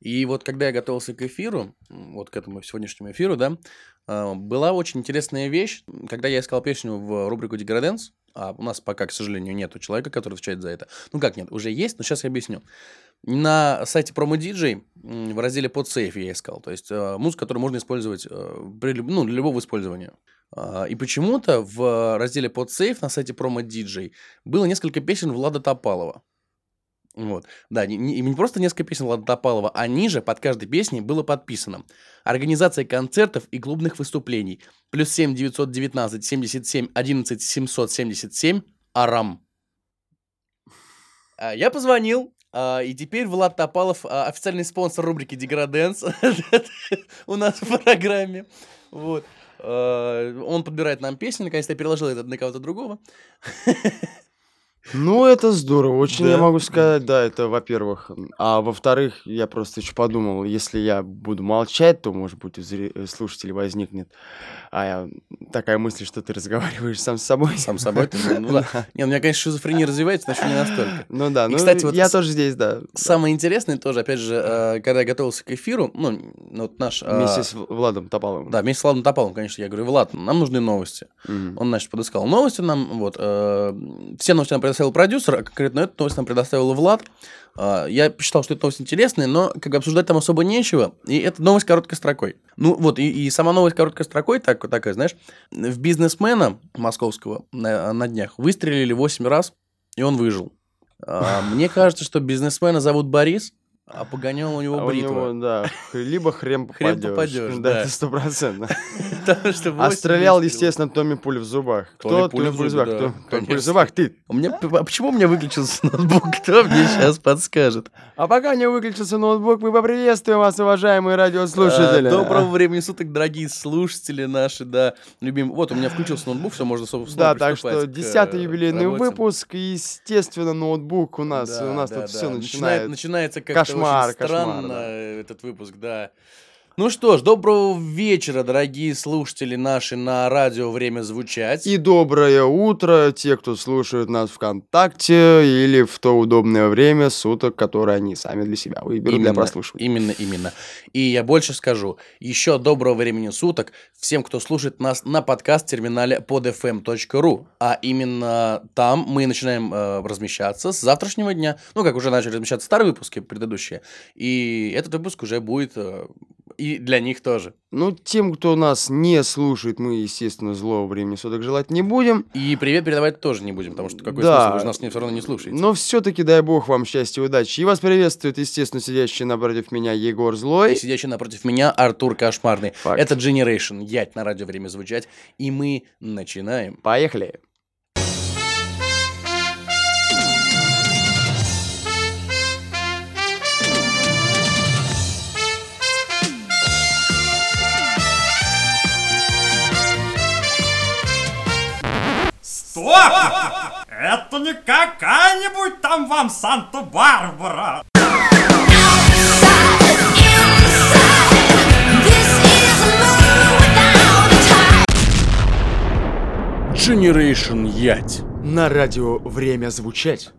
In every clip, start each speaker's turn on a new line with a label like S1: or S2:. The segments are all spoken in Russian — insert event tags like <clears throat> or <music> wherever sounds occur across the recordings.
S1: И вот когда я готовился к эфиру, м, вот к этому сегодняшнему эфиру, да, а, была очень интересная вещь. Когда я искал песню в рубрику «Деграденс», а у нас пока, к сожалению, нету человека, который отвечает за это. Ну как нет, уже есть, но сейчас я объясню. На сайте промо диджей в разделе под сейф я искал. То есть э, музыку, которую можно использовать э, при люб- ну, для любого использования. А, И почему-то в разделе под сейф на сайте промо диджей было несколько песен Влада Топалова. Вот. Да, не, не- не просто несколько песен Влада Топалова, а ниже под каждой песней было подписано. Организация концертов и клубных выступлений. Плюс 7 919 77 11 777 Арам. А, Я позвонил, а, и теперь Влад Топалов, а, официальный спонсор рубрики Деграденс <laughs> у нас в программе. Вот. А, Он подбирает нам песни, наконец-то я переложил это на кого-то другого.
S2: Ну, это здорово. Очень
S1: Да.
S2: я могу сказать, да, это во-первых. А во-вторых, я просто еще подумал, если я буду молчать, то, может быть, у зри- э, слушателей возникнет а, я- такая мысль, что ты <laughs> разговариваешь сам с собой.
S1: Сам собой. А. ты, <laughs> Ну да. Не, у меня, конечно, шизофрения развивается, но еще не настолько.
S2: Ну да,
S1: И,
S2: ну
S1: кстати, вот
S2: я
S1: с-
S2: тоже здесь, да.
S1: Самое интересное тоже, опять же, э, когда я готовился к эфиру, ну, н- ну, вот наш... э,
S2: Вместе с В- Владом Топаловым.
S1: Да, вместе с Владом Топалом, конечно, я говорю, Влад, нам нужны новости.
S2: Мгм.
S1: Он, значит, подыскал новости нам, вот. э, все новости нам предоставил продюсер, а конкретно эту новость нам предоставил Влад. Э, я посчитал, что эта новость интересная, но как бы обсуждать там особо нечего, и это новость короткой строкой. Ну вот, и, и сама новость короткой строкой так, такая, знаешь, в бизнесмена московского на, на днях выстрелили 8 раз, и он выжил. А, мне кажется, что бизнесмена зовут Борис, а погонял у него
S2: А у
S1: бритва.
S2: него, да, х- либо хрен
S1: <laughs> Хрен
S2: попадешь.
S1: попадешь, да.
S2: Да,
S1: <laughs>
S2: это стопроцентно.
S1: <laughs> Потому что
S2: А
S1: восемь
S2: стрелял,
S1: выстрелов.
S2: естественно, Томми пуль в зубах.
S1: Томми
S2: Кто
S1: пуль
S2: пуль
S1: в
S2: в
S1: зубы,
S2: зубах?
S1: да,
S2: Кто? Томми пуль
S1: конечно.
S2: в зубах? Ты.
S1: У меня, а почему у меня выключился ноутбук? <laughs> Кто мне сейчас подскажет?
S2: А пока не выключился ноутбук, мы поприветствуем вас, уважаемые радиослушатели.
S1: А, Доброго времени суток, дорогие слушатели наши, да, любимые. Вот, у меня включился ноутбук, все, можно, собственно,
S2: Да, так
S1: приступать
S2: что
S1: к,
S2: 10-й
S1: э,
S2: юбилейный
S1: работе.
S2: выпуск, и, естественно, ноутбук у нас,
S1: Да,
S2: у нас
S1: да,
S2: тут
S1: да.
S2: все
S1: Начинает-
S2: начинает.
S1: Начинается как-то
S2: Кошмар,
S1: очень
S2: кошмар,
S1: странно
S2: да.
S1: э, этот выпуск, да. Ну что ж, доброго вечера, дорогие слушатели наши на радио «Время звучать».
S2: И доброе утро те, кто слушает нас ВКонтакте или в то удобное время суток, которое они сами для себя выберут для прослушивания.
S1: Именно, именно. И я больше скажу. Еще доброго времени суток всем, кто слушает нас на подкаст-терминале podfm.ru. А именно там мы начинаем э, размещаться с завтрашнего дня. Ну, как уже начали размещаться старые выпуски, предыдущие. И этот выпуск уже будет э, и для них тоже.
S2: Ну, тем, кто нас не слушает, мы, естественно, злого времени суток желать не будем.
S1: И привет передавать тоже не будем, потому что какой
S2: Да.
S1: смысл, вы же нас все равно не слушаете.
S2: Но все-таки дай бог вам счастья и удачи. И вас приветствует, естественно, сидящий напротив меня Егор
S1: И
S2: Злой.
S1: сидящий напротив меня Артур Кошмарный.
S2: Факт.
S1: Это Generation, ять на радио «Время звучать». И мы начинаем.
S2: Поехали.
S3: Стоп! Это не какая-нибудь там вам Санта-Барбара!
S4: This is a moon without a tide.
S1: Generation Ять.
S2: На радио время звучать.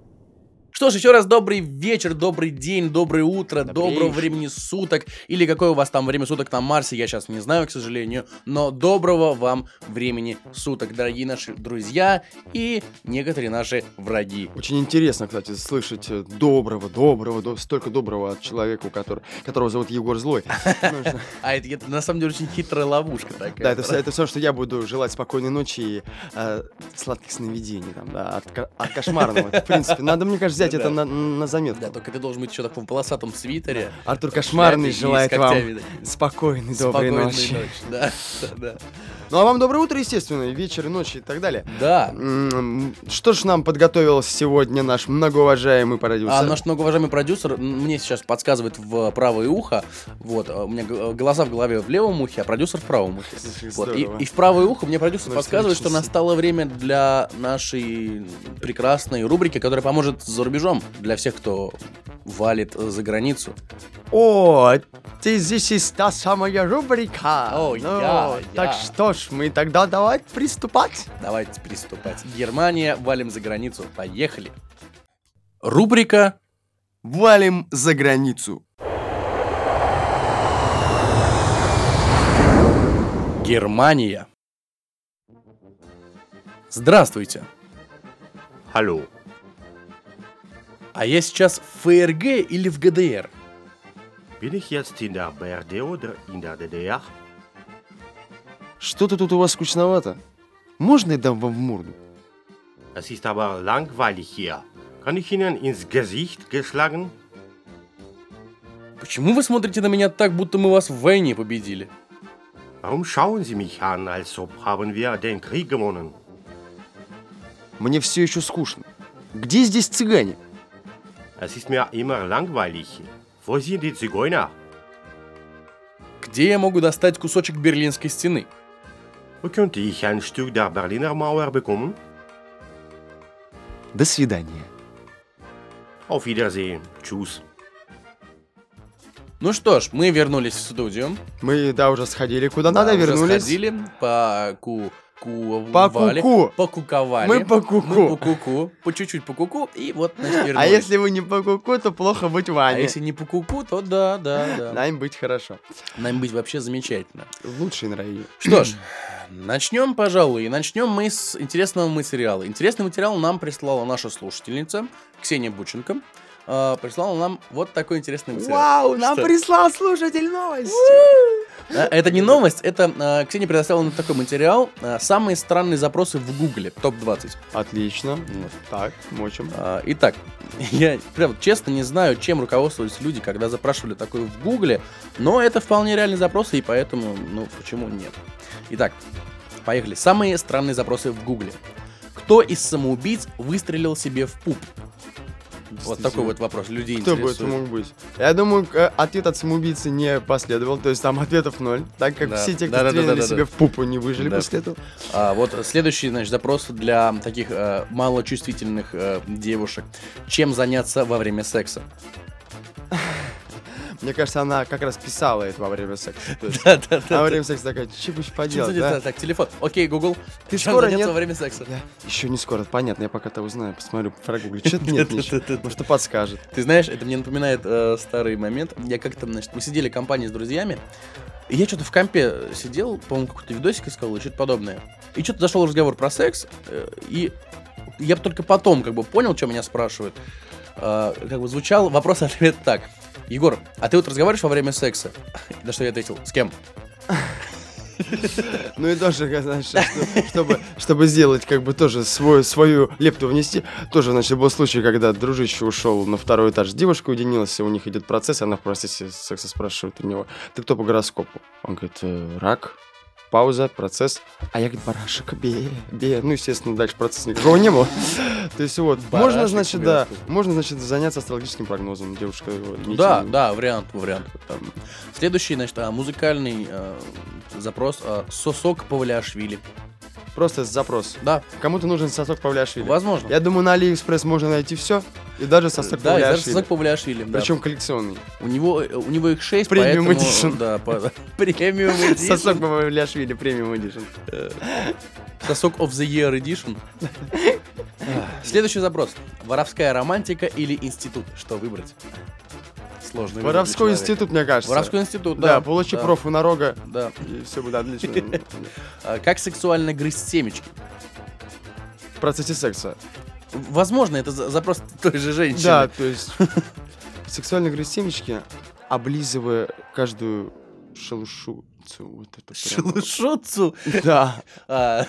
S1: Что ж, еще раз добрый вечер, добрый день, доброе утро, доброго
S2: Добрейшего.
S1: времени суток. Или какое у вас там время суток на Марсе, я сейчас не знаю, к сожалению. Но доброго вам времени суток, дорогие наши друзья и некоторые наши враги.
S2: Очень интересно, кстати, слышать э, доброго, доброго, до- столько доброго от человека, у которого, которого зовут Егор
S1: <laughs>
S2: Злой. Потому что-
S1: А это, это на самом деле очень хитрая ловушка такая.
S2: Да, это все, это все, что я буду желать спокойной ночи и э, сладких сновидений, там, да, от, ко- от кошмарного. В принципе, надо, мне кажется, взять это на, на
S1: Да,
S2: заметку.
S1: только ты должен быть еще в таком полосатом свитере.
S2: Артур
S1: шляпе
S2: Кошмарный
S1: и с
S2: желает вам
S1: когтями, да.
S2: спокойной, доброй
S1: Спокойной
S2: ночи.
S1: Да, да, да.
S2: Ну а вам доброе утро, естественно, и вечер, и ночи и так далее.
S1: Да,
S2: М, Что ж нам подготовил сегодня наш многоуважаемый продюсер?
S1: А наш многоуважаемый продюсер м, мне сейчас подсказывает в правое ухо. Вот, а у меня г- голоса в голове в левом ухе, а продюсер в правом ухе.
S2: Слушай,
S1: Вот, и,
S2: здорово.
S1: и в правое ухо мне продюсер
S2: Ну,
S1: подсказывает, что
S2: отлично.
S1: настало время для нашей прекрасной рубрики, которая поможет за рубежом для всех, кто валит э, за границу.
S2: О, ты здесь есть та самая рубрика.
S1: О,
S2: Ну,
S1: я, я.
S2: Так что ж, мы тогда давай приступать.
S1: Давайте приступать. Германия, валим за границу. Поехали. Рубрика
S2: Валим за границу.
S1: Германия. Здравствуйте.
S5: Алло.
S1: А я сейчас в ФРГ или в ГДР?
S5: Bin ich jetzt in der BRD oder in der DDR?
S2: Что-то тут у вас скучновато. Можно я дам вам в морду?
S5: Es ist aber langweilig hier. Kann ich Ihnen ins Gesicht geschlagen?
S1: Почему вы смотрите на меня так, будто мы вас в войне победили?
S5: Warum schauen Sie mich an, als ob haben wir den Krieg gewonnen?
S2: Мне все еще скучно. Где здесь цыгане?
S5: Es ist mir immer langweilig. Wo sind die Zigeuner?
S1: Где я могу достать кусочек Берлинской стены?
S5: Wo könnte ich ein Stück der Berliner Mauer bekommen?
S2: До свидания.
S5: Auf Wiedersehen. Tschüss.
S1: Ну что ж, мы вернулись в студию.
S2: Мы, да, уже сходили куда надо,
S1: Да, уже
S2: вернулись.
S1: Сходили, поку... ку- вали-
S2: Покуку.
S1: Покуковали.
S2: Мы покуку.
S1: Мы покуку. По чуть-чуть покуку. И вот, значит,
S2: А
S1: вернулись.
S2: если вы не по куку, то плохо быть
S1: А
S2: Ване.
S1: если не покуку, то да, да, да.
S2: Нам быть хорошо.
S1: Нам быть вообще замечательно.
S2: В лучшей нраве.
S1: Что ж, <clears throat> начнем, пожалуй. И начнем мы с интересного материала. Интересный материал нам прислала наша слушательница Ксения Бученко. А, прислала нам вот такой интересный материал.
S2: Вау, нам
S1: Что?
S2: прислал слушатель новости.
S1: А, Это не новость, это а, Ксения предоставила нам такой материал. а, Самые странные запросы в Гугле. Топ-20.
S2: Отлично. Так, мочим.
S1: А, Итак, <laughs> я прям честно не знаю, чем руководствовались люди, когда запрашивали такое в Гугле, но это вполне реальные запросы, и поэтому, ну, почему нет? Итак, поехали. Самые странные запросы в Гугле. Кто из самоубийц выстрелил себе в пуп? Вот такой вот вопрос. Людей
S2: Кто бы это
S1: интересует.
S2: мог быть? Я думаю, к- э, ответ от самоубийцы не последовал, то есть там ответов ноль, так как
S1: Да.
S2: все те, кто
S1: Да-да-да-да-да.
S2: стреляли себе в пупу, не выжили
S1: Да.
S2: после этого.
S1: А, вот э, следующий, значит, запрос для таких э, малочувствительных э, девушек. Чем заняться во время
S2: <laughs>
S1: секса?
S2: Мне кажется, она как раз писала это во время секса. то есть.
S1: Да-да-да.
S2: А во время секса такая, чипыч
S1: Чем
S2: поделать,
S1: заняться?
S2: да?
S1: Так, телефон. Окей, Google.
S2: Ты
S1: чем
S2: скоро,
S1: заняться
S2: нет?
S1: во время секса?
S2: Еще не скоро, понятно, я пока-то узнаю, <laughs> посмотрю, прогуглю. Что-то нет ничего. Может, и подскажет.
S1: Ты знаешь, это мне напоминает э, старый момент. Я как-то, значит, мы сидели в компании с друзьями, и я что-то в компе сидел, по-моему, какой-то видосик искал или что-то подобное. И что-то зашел разговор про секс, э, и я только потом как бы понял, что меня спрашивают. Э, как бы звучал вопрос-ответ так. Егор, а ты вот разговариваешь во время секса? <laughs> На что я ответил, с кем?
S2: Ну и тоже, как, знаешь, что- чтобы, чтобы сделать, как бы тоже свою, свою лепту внести, тоже, значит, был случай, когда дружище ушел на второй этаж, девушка уединилась, и у них идет процесс, и она в процессе секса спрашивает у него, ты кто по гороскопу? Он говорит, «Э, рак, пауза, процесс, а я, говорит, барашек, бе, бе. Ну, естественно, дальше процесса никакого не было. То есть вот, можно,
S1: Барашек
S2: значит,
S1: по
S2: да,
S1: гороскопу.
S2: можно, значит, заняться астрологическим прогнозом. Девушка его не
S1: «Ну Да,
S2: тянула.
S1: да, вариант, вариант. Там. Следующий, значит, а, музыкальный э, запрос э, Сосок Павлиашвили.
S2: Просто запрос.
S1: Да,
S2: Кому-то нужен сосок Павляшвили.
S1: возможно.
S2: Я думаю, на Алиэкспресс можно найти все. И даже сосок
S1: Да, и даже
S2: Павлиашвили.
S1: Сосок Павлиашвили. да.
S2: Причем коллекционный.
S1: у него, э, у него их 6,
S2: Премиум
S1: поэтому...
S2: Edition.
S1: Да, по- <laughs> премиум Edition.
S2: Сосок Павляшвили премиум эдишн.
S1: Сосок of the Year Edition. А, <laughs> Следующий запрос. Воровская романтика или институт? Что выбрать? Сложный выбор для
S2: Воровской
S1: человека.
S2: институт, мне кажется.
S1: Воровской институт, да.
S2: Да, получи
S1: да,
S2: профу на рога,
S1: Да.
S2: и все
S1: <laughs>
S2: будет отлично.
S1: А, Как сексуально грызть семечки?
S2: В процессе секса.
S1: Возможно, это за- запрос той же женщины.
S2: Да,
S1: <laughs>
S2: то есть... Сексуально грызть семечки, облизывая каждую шелушуцу. Вот это прям-
S1: Шелушуцу. <laughs>
S2: Да.
S1: А,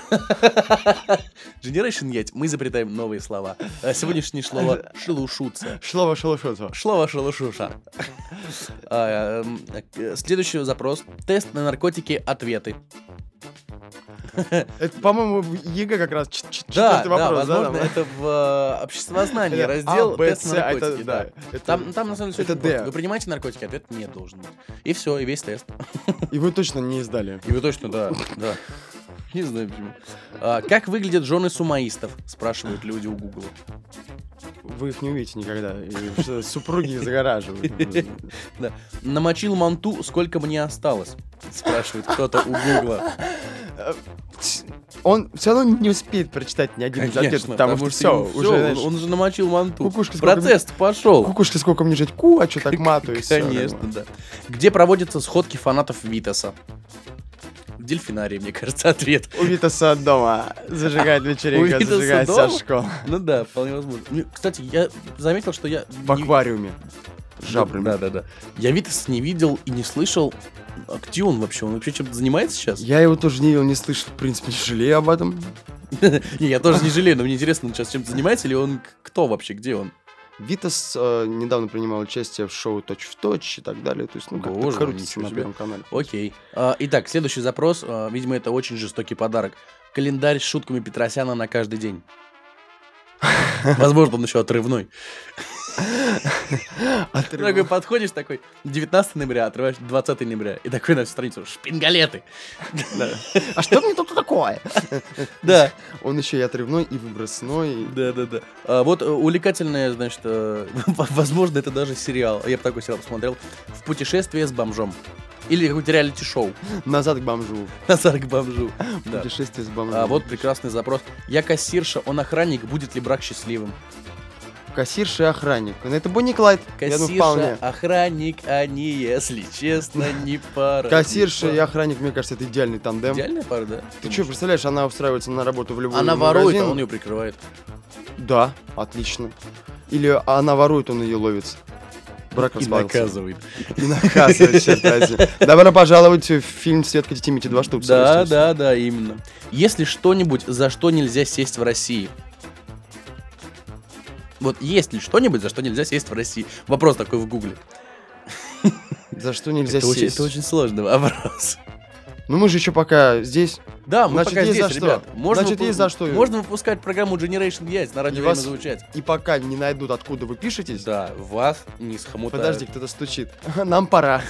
S1: Generation Yet. Мы изобретаем новые слова. А, Сегодняшнее
S2: <laughs>
S1: слово шелушуца.
S2: Шлова шелушуцу.
S1: Шлова шелушуша.
S2: <laughs>
S1: А, эм, э, Следующий запрос. Тест на наркотики. Ответы.
S2: Это, по-моему, в ЕГЭ как раз ч- ч-
S1: Да, да,
S2: четвертый вопрос,
S1: возможно,
S2: да?
S1: это в э, обществознании
S2: Это
S1: раздел
S2: А, Б,
S1: тест на
S2: С, а это-
S1: наркотики. да.
S2: да, это-
S1: Там, там на самом деле все
S2: это
S1: очень просто.
S2: Д.
S1: Вы принимаете наркотики, ответ нет должен быть. И все, и весь тест.
S2: И вы точно не издали.
S1: И вы точно, да, да. Не знаю почему. А, как выглядят жены сумаистов? Спрашивают люди у Гугла.
S2: Вы их не увидите никогда. И что Супруги их загораживают.
S1: Да. Намочил манту, сколько мне осталось? Спрашивает кто-то у Гугла.
S2: Он все равно не успеет прочитать ни один из ответов,
S1: Конечно,
S2: потому что все,
S1: ему
S2: уже,
S1: всё,
S2: знаешь,
S1: он, он же намочил манту.
S2: кукушка сколько
S1: Процесс пошел.
S2: кукушки, сколько мне жить, ку, а что так мату и всё, как
S1: Конечно,
S2: бы.
S1: да. Где проводятся сходки фанатов Витаса? дельфинарий, мне кажется, <laughs> ответ.
S2: У Витаса от дома зажигает вечеринка,
S1: Витаса
S2: зажигает
S1: дома?
S2: вся школа.
S1: Ну да, вполне возможно. Ну, Кстати, я заметил, что я...
S2: В
S1: не-
S2: аквариуме. С жабрами.
S1: Да, да, да. Я Витас не видел и не слышал. А где он вообще? Он вообще чем-то занимается сейчас?
S2: Я его тоже не видел, не слышал, в принципе, не жалею об этом.
S1: Не, я тоже не жалею, но мне интересно, он сейчас чем-то занимается или он к- кто вообще, где он?
S2: Витас э, недавно принимал участие в шоу «Точь в точь» и так далее. То есть, ну, как-то
S1: Боже мой,
S2: крутится
S1: ничего
S2: на
S1: себе. <gasps>
S2: Первом канале.
S1: Окей. А, Итак, следующий запрос. а, Видимо, это очень жестокий подарок. Календарь с шутками Петросяна на каждый <laughs> день. Возможно, он еще отрывной. Такой подходишь такой, 19 ноября, отрываешь 20 ноября, и такой на всю страницу, шпингалеты.
S2: А что мне тут такое?
S1: <laughs> Да,
S2: Он еще и отрывной, и выбросной. и-
S1: да, да, да. А, Вот э, увлекательное, значит, э, <laughs> возможно, это даже сериал. Я бы такой сериал посмотрел. В путешествие с бомжом. Или какое-то реалити-шоу. <laughs>
S2: Назад к бомжу.
S1: Назар к бомжу. Да.
S2: Путешествие с бомжом.
S1: А вот прекрасный запрос. Я кассирша, он охранник, будет ли брак счастливым?
S2: Кассирша и охранник. Ну, это Бонни и Клайд. Я думаю,
S1: Кассирша,
S2: вполне.
S1: охранник, они, если честно, не пара.
S2: Кассирша
S1: Не
S2: и
S1: пара.
S2: охранник, мне кажется, это идеальный тандем.
S1: Идеальная пара, да?
S2: Ты что, представляешь, она устраивается на работу в любой
S1: Она ворует, а
S2: магазин.
S1: он ее прикрывает.
S2: Да, отлично. Или она ворует, он ее ловит. Брак
S1: И
S2: распался.
S1: наказывает.
S2: И наказывает, черт возьми. Добро пожаловать в фильм «Светка Тимити 2», что
S1: Да, да, да, именно. Если что-нибудь, за что нельзя сесть в России? Вот есть ли что-нибудь, за что нельзя сесть в России? Вопрос такой в гугле.
S2: За что нельзя
S1: Это очень,
S2: сесть?
S1: это очень сложный вопрос.
S2: Ну мы же еще пока здесь.
S1: Да, мы
S2: Значит,
S1: пока
S2: есть
S1: здесь,
S2: за что.
S1: ребят. Можно
S2: Значит,
S1: выпу-
S2: есть за что.
S1: Можно выпускать программу Generation Yes на радио
S2: И
S1: время
S2: вас-
S1: звучать.
S2: И пока не найдут, откуда вы пишетесь.
S1: Да, вас не схомутают.
S2: Подожди, кто-то стучит. <laughs> Нам пора.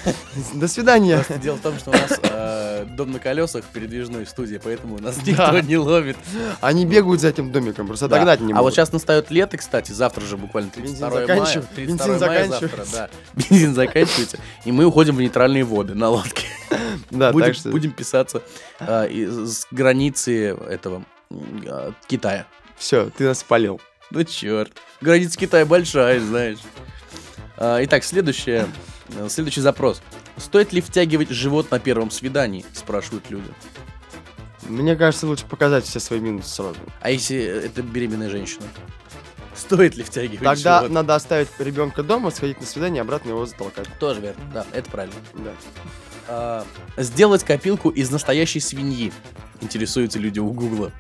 S2: До свидания.
S1: Просто <laughs> дело в том, что у нас э, дом на колесах, передвижной студия, поэтому нас никто
S2: Да.
S1: не ловит.
S2: Они бегают за этим домиком, просто догнать не
S1: А вот
S2: могут.
S1: сейчас настает лето, кстати, завтра же буквально 32 мая.
S2: заканчив-
S1: 32
S2: бензин
S1: мая завтра,
S2: заканчивается.
S1: да. <laughs> Бензин заканчивается, и мы уходим в нейтральные воды на лодке.
S2: Да,
S1: будем,
S2: так что
S1: будем писаться э, из с границы этого м, э, Китая.
S2: все, ты нас спалил.
S1: Ну черт. Граница Китая большая, знаешь. А, Итак, следующее, э, следующий запрос. Стоит ли втягивать живот на первом свидании? Спрашивают люди.
S2: Мне кажется, лучше показать все свои минусы сразу.
S1: А если это беременная женщина? Стоит ли втягивать
S2: Тогда
S1: живот?
S2: надо оставить ребенка дома, сходить на свидание, обратно его затолкать.
S1: Тоже верно, да, это правильно.
S2: Да.
S1: А, сделать копилку из настоящей свиньи. Интересуются люди у Гугла.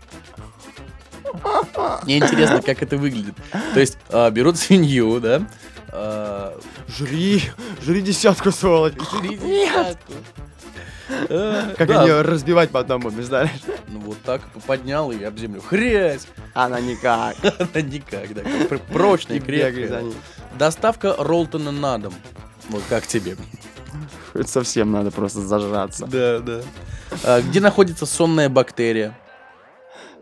S1: Мне интересно, как это выглядит. То есть а, берут свинью, да? а,
S2: Жри, жри десятку, сволочь.
S1: А,
S2: Как
S1: да,
S2: ее разбивать потом будем, знаешь?
S1: Ну вот так поднял и об землю. Хрясь! <laughs>
S2: Она никак.
S1: Она никогда. как пр- Прочная,
S2: И бегай за
S1: крепкая.
S2: ней.
S1: Доставка Ролтона на дом. Вот как тебе?
S2: Это <laughs> совсем надо просто зажраться.
S1: Да, да. А, где находится сонная бактерия?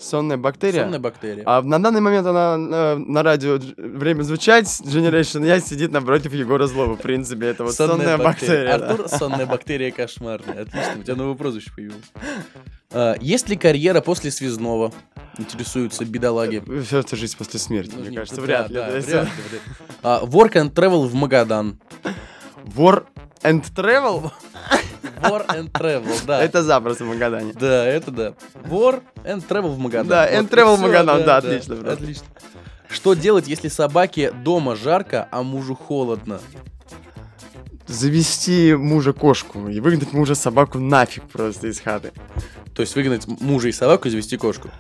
S2: Сонная бактерия.
S1: Сонная бактерия.
S2: А на данный момент она на, на радио Дж- «Время звучать» Generation Я сидит напротив Егора Злова. В принципе, это вот сонная, бактерия. да.
S1: Артур, сонная бактерия кошмарная. Отлично, у тебя новое прозвище появилось. А, есть ли карьера после связного? Интересуются бедолаги.
S2: Все, это жизнь после смерти,
S1: Ну,
S2: мне
S1: не-
S2: кажется,
S1: да,
S2: вряд ли.
S1: да,
S2: то есть,
S1: вряд ли, вряд ли. А, Work and travel в Магадан.
S2: War and Travel?
S1: War and travel, да.
S2: Это запрос в Магадане.
S1: Да, это да. War and Travel в Магадан.
S2: Да, and
S1: и
S2: travel в
S1: всё,
S2: Магадан, да, отлично просто.
S1: Отлично. Что делать, если собаке дома жарко, а мужу холодно?
S2: Завести мужа кошку и выгнать мужа собаку нафиг просто из хаты.
S1: То есть выгнать мужа и собаку и завести кошку.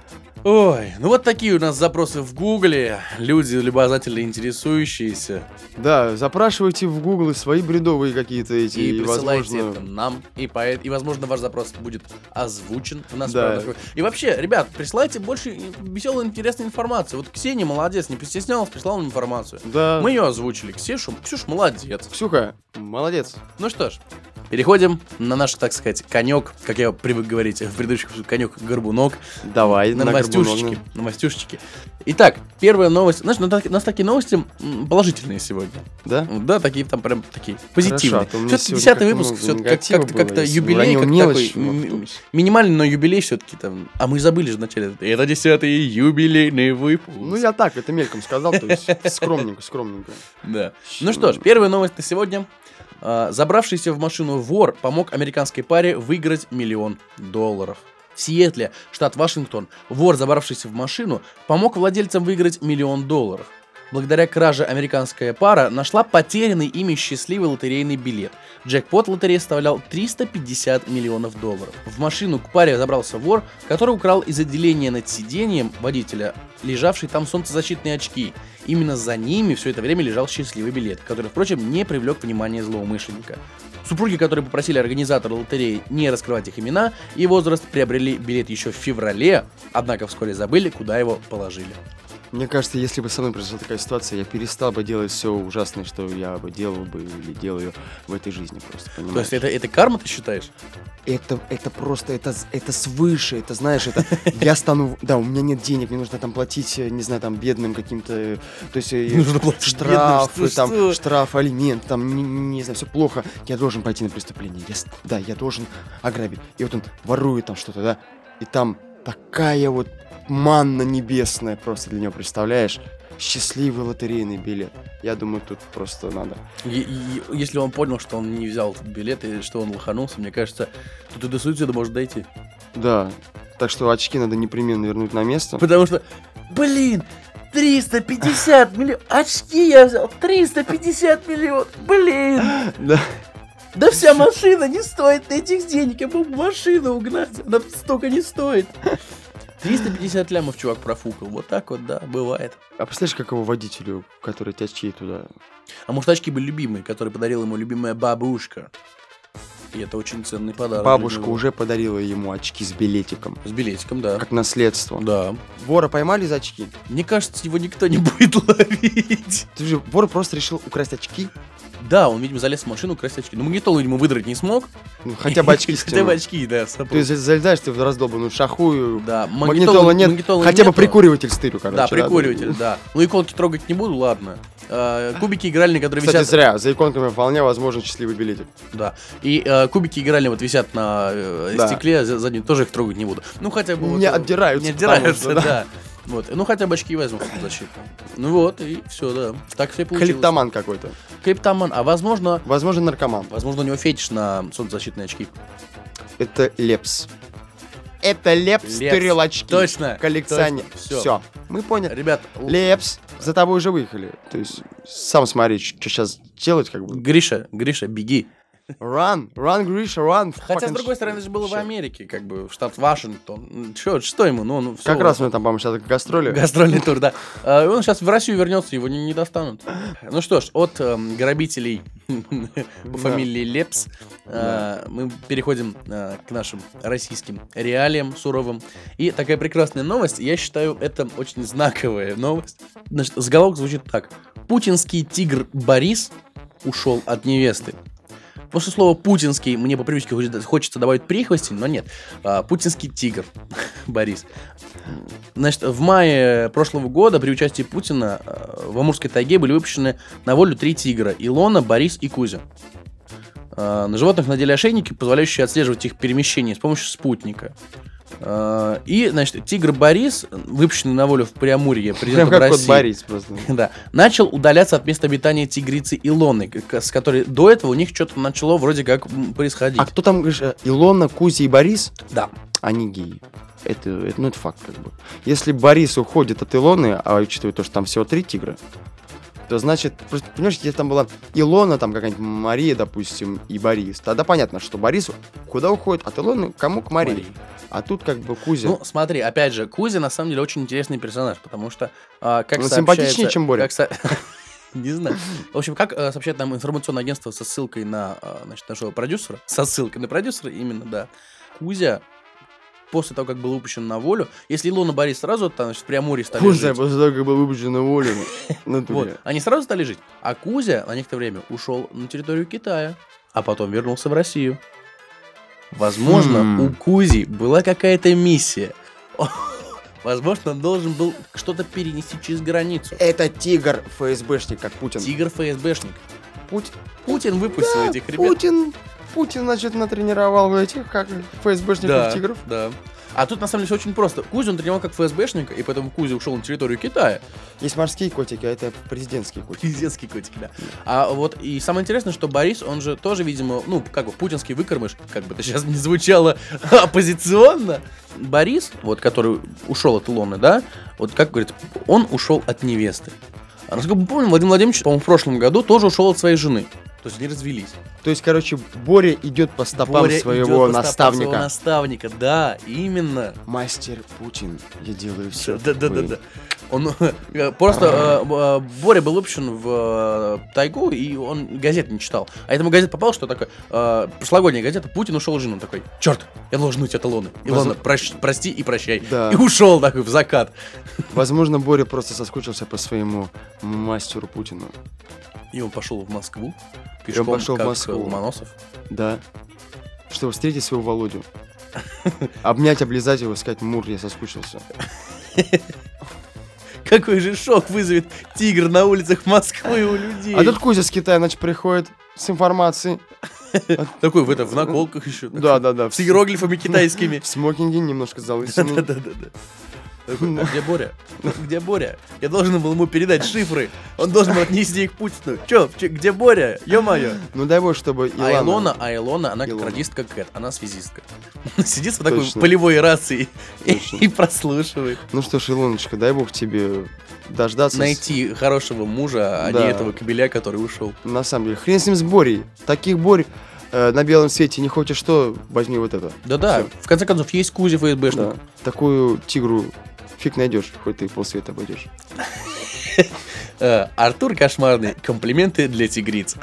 S1: Ой, ну вот такие у нас запросы в Гугле. Люди, любознатели, интересующиеся.
S2: Да, запрашивайте в Гугле свои бредовые какие-то эти.
S1: И, присылайте
S2: возможно,
S1: это нам. И, по- и, возможно, ваш запрос будет озвучен у нас. в
S2: Да.
S1: правилах. И вообще, ребят, присылайте больше веселой, интересной информации. Вот Ксения молодец, не постеснялась, прислала нам информацию.
S2: Да.
S1: Мы ее озвучили. Ксюшу, Ксюш молодец.
S2: Ксюха, молодец.
S1: Ну что ж, переходим на наш, так сказать, конек, как я привык говорить в предыдущих конек-горбунок.
S2: Давай,
S1: на
S2: на
S1: новостюшечки.
S2: горбунок,
S1: Новостюшечки. Итак, первая новость. Знаешь, ну, так- у нас такие новости м, положительные сегодня.
S2: Да?
S1: Да, такие там прям такие позитивные.
S2: Хорошо, а то у меня
S1: все-таки
S2: сегодня
S1: 10
S2: как-то
S1: выпуск,
S2: много
S1: все-таки
S2: негатива
S1: как-то
S2: было,
S1: как-то
S2: если бы
S1: юбилей,
S2: ранил
S1: как
S2: мелочь, ну,
S1: такой, м- м-
S2: воткнусь.
S1: минимальный, но юбилей все-таки там. А мы забыли же вначале. Это 10 юбилейный выпуск.
S2: Ну, я так, это мельком сказал, то есть скромненько, скромненько.
S1: Да. Ну что ж, первая новость на сегодня. А, Забравшийся в машину вор помог американской паре выиграть миллион долларов. В Сиэтле, штат Вашингтон, вор, забравшийся в машину, помог владельцам выиграть миллион долларов. Благодаря краже американская пара нашла потерянный ими счастливый лотерейный билет. Джекпот лотереи составлял 350 миллионов долларов. В машину к паре забрался вор, который украл из отделения над сиденьем водителя, лежавший там солнцезащитные очки. Именно за ними все это время лежал счастливый билет, который, впрочем, не привлек внимания злоумышленника. Супруги, которые попросили организатора лотереи не раскрывать их имена и возраст, приобрели билет еще в феврале, однако вскоре забыли, куда его положили.
S2: Мне кажется, если бы со мной произошла такая ситуация, я перестал бы делать все ужасное, что я бы делал бы или делаю в этой жизни просто, понимаешь?
S1: То есть это, это карма, ты считаешь?
S2: это, это просто, это, з- это свыше, это, знаешь, это, я стану, да, у меня нет денег, мне нужно там платить, э, не знаю, там, бедным каким-то, э, то есть, э,
S1: Нужно платить
S2: штрафы,
S1: бедным, что-
S2: там,
S1: что?
S2: штраф, алимент, там, не, не знаю, все плохо, я должен пойти на преступление, я, с- да, я должен ограбить, и вот он ворует там что-то, да, и там такая вот манна небесная просто для него, представляешь? Счастливый лотерейный билет. Я думаю, тут просто надо.
S1: Е- е- если он понял, что он не взял этот билет и что он лоханулся, мне кажется, то ты до суицида может дойти.
S2: Да. Так что очки надо непременно вернуть на место.
S1: Потому что, блин, 350 миллионов, очки я взял, 350 миллионов, блин.
S2: <laughs> Да.
S1: Да вся машина не стоит этих денег, я мог машину угнать, она столько не стоит. 350 лямов чувак профукал, вот так вот, да, бывает.
S2: А представляешь, как его водителю, который тебя чьи туда?
S1: А может очки были любимые, которые подарила ему любимая бабушка. И это очень ценный подарок. для
S2: Бабушка
S1: него.
S2: уже подарила ему очки с билетиком.
S1: С билетиком, да.
S2: Как наследство.
S1: Да.
S2: Вора поймали за очки.
S1: Мне кажется, его никто не <laughs> будет ловить.
S2: Ты же, вор просто решил украсть очки.
S1: Да, он, видимо, залез в машину украсть очки. Но магнитолу, видимо, выдрать не смог.
S2: Ну, хотя бы очки
S1: <laughs> Хотя бы
S2: стянул.
S1: очки, да, с собой.
S2: Ты за- залезаешь ты в раздолбанную шахую.
S1: Да,
S2: Магнитола нет.
S1: магнитолы
S2: хотя бы
S1: нету.
S2: прикуриватель стырю, короче.
S1: Да, прикуриватель, да. Ну, иконки трогать не буду, ладно. Э, Кубики игральные, которые
S2: Кстати,
S1: висят...
S2: зря. За иконками вполне возможен счастливый билетик.
S1: Да. И э, кубики игральные вот висят на э,
S2: Да.
S1: стекле, за- заднем тоже их трогать не буду. Ну, хотя бы... вот,
S2: Не
S1: э,
S2: отдираются,
S1: Не
S2: потому
S1: отдираются,
S2: что,
S1: да.
S2: да.
S1: Вот. Ну, хотя бы очки возьму в защиту. Ну вот, и все, да. Так все получилось.
S2: Клиптоман какой-то.
S1: Криптоман. А возможно...
S2: Возможно, наркоман.
S1: Возможно, у него фетиш на солнцезащитные очки. <laughs>
S2: Это лепс. Это лепс,
S1: Лепс.
S2: стырил очки.
S1: Точно,
S2: Коллекционер.
S1: точно. Всё.
S2: Все. Мы поняли.
S1: Ребят, л-
S2: Лепс, за тобой уже выехали. То есть, сам смотри, что сейчас делать, как бы.
S1: Гриша, Гриша, беги.
S2: Run, run, Гриша, run.
S1: Хотя,
S2: Fucking
S1: с другой стороны,
S2: shit.
S1: это же было в
S2: Shit.
S1: Америке, как бы, в штат Вашингтон. Че, что ему? Ну, ну, всё,
S2: Как
S1: вот.
S2: раз мы там, по-моему, сейчас гастроли.
S1: Гастрольный тур, да. Э, Он сейчас в Россию вернется, его не, не достанут. Ну что ж, от эм, грабителей по
S2: Да.
S1: фамилии Лепс э, мы переходим э, к нашим российским реалиям суровым. И такая прекрасная новость, я считаю, это очень знаковая новость. Значит, заголовок звучит так. Путинский тигр Борис ушел от невесты. После слова «путинский» мне по привычке хочется- хочется добавить прихвостень, но нет. А, Путинский тигр, <laughs> Борис. Значит, в мае прошлого года при участии Путина э, в Амурской тайге были выпущены на волю три тигра – Илона, Борис и Кузя. Э, На животных надели ошейники, позволяющие отслеживать их перемещение с помощью спутника. Э, И, значит, тигр Борис, выпущенный на волю в Преамурье
S2: Прям
S1: президентом
S2: как
S1: России,
S2: кот Борис просто.
S1: <laughs> да, начал удаляться от места обитания тигрицы Илоны, к- с которой до этого у них что-то начало вроде как м, происходить.
S2: А кто там, Гриша? Илона, Кузи и Борис?
S1: Да.
S2: Они геи. Это, это, ну, это факт, как бы. Если Борис уходит от Илоны, а учитывая то, что там всего три тигра, то значит, просто, понимаешь, если там была Илона, там какая-нибудь Мария, допустим, и Борис, тогда понятно, что Борис куда уходит? От Илоны кому к Марии.
S1: Марии.
S2: А тут как бы Кузя.
S1: Ну, смотри, опять же, Кузя на самом деле очень интересный персонаж, потому что а, как
S2: Он
S1: сообщается-
S2: Ну, симпатичнее, чем Боря.
S1: как со- <laughs> Не знаю. В общем, как э, сообщает нам информационное агентство со ссылкой на э, значит, нашего продюсера, со ссылкой на продюсера именно, да, Кузя после того, как был выпущен на волю, если Илона Борис сразу там, значит, в Преамуре стали
S2: Кузя
S1: жить,
S2: после того, как был выпущен на волю. <laughs> ну,
S1: вот,
S2: натуре.
S1: они сразу стали жить, а Кузя на некоторое время ушел на территорию Китая, а потом вернулся в Россию. Возможно,
S2: Хм.
S1: у Кузи была какая-то миссия. <laughs> Возможно, он должен был что-то перенести через границу.
S2: Это тигр ФСБшник, как Путин.
S1: Тигр ФСБшник.
S2: Путь-
S1: Путин выпустил
S2: Да,
S1: этих ребят.
S2: Путин, Путин, значит, натренировал этих, как ФСБшников
S1: Да,
S2: тигров.
S1: да. А тут, на самом деле, все очень просто. Кузю он тренировал как ФСБшника, и поэтому Кузя ушел на территорию Китая.
S2: Есть морские котики, а это президентские котики.
S1: Пиздецкий котик, да. А вот, и самое интересное, что Борис, он же тоже, видимо, ну, как бы путинский выкормыш, как бы это сейчас не звучало <laughs> оппозиционно. Борис, вот, который ушел от Илоны, да, вот как говорит, он ушел от невесты. А Насколько мы помним, Владимир Владимирович, по-моему, в прошлом году тоже ушел от своей жены. То есть они развелись.
S2: То есть, короче, Боря идет по стопам
S1: Боря идет
S2: своего
S1: по стопам
S2: наставника.
S1: своего наставника, да, именно.
S2: Мастер Путин, я делаю все.
S1: Да, да, да, да. Он э, просто э, э, Боря был выпущен в э, тайгу, и он газет не читал. А этому газет попал, что такое э, прошлогодняя газета Путин ушел от жены. Он такой, черт, я должен уйти от Илоны. Илона,
S2: Возм-
S1: прощ- прости и прощай.
S2: Да.
S1: И ушел такой в закат.
S2: Возможно, Боря просто соскучился по своему мастеру Путину.
S1: И он пошел в Москву. Пешком,
S2: пошел в
S1: как, э,
S2: Москву.
S1: Ломоносов.
S2: Да. Чтобы встретить своего Володю. Обнять, облизать его, сказать, Мур, я соскучился.
S1: Какой же шок вызовет тигр на улицах Москвы у людей.
S2: А тут Кузя с Китая, значит, приходит с информацией.
S1: Такой в это в наколках еще.
S2: Да, да, да.
S1: С иероглифами
S2: <laughs>
S1: китайскими.
S2: В смокинге немножко залысины.
S1: Да-да-да. Такой, «А Где Боря? Где Боря? Я должен был ему передать шифры. Он должен был отнести их Путину. Че, где Боря? Ё-моё.
S2: Ну дай бог, чтобы
S1: А
S2: Илона...
S1: Илона, а Илона, она как
S2: Илона.
S1: радистка Кэт, она связистка. Сидит с такой
S2: Точно.
S1: полевой рацией и- и прослушивает.
S2: Ну что ж, Илоночка, дай бог тебе дождаться... с-
S1: Найти хорошего мужа, а не
S2: Да.
S1: этого кабеля, который ушел.
S2: На самом деле, хрен с ним с Борей. Таких Борь э, на белом свете не хочешь что, возьми вот это.
S1: Да-да, в конце концов, есть Кузи ФСБшник.
S2: Да. Такую тигру фиг найдешь, хоть ты полсвета обойдешь.
S1: Э, Артур Кошмарный. Комплименты для тигриц.